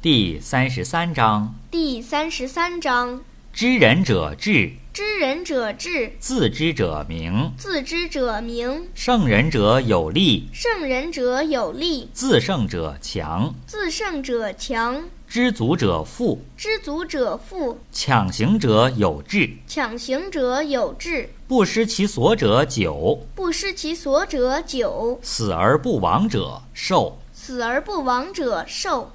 第三十三章：第三十三章：知人者智，知人者智，自知者明。自知者明，胜人者有力，胜人者有力，自胜者强，自胜者强，知足者富，知足者富，抢行者有志，抢行者有志，不失其所者久，不失其所者久，死而不亡者寿。死而不亡者寿。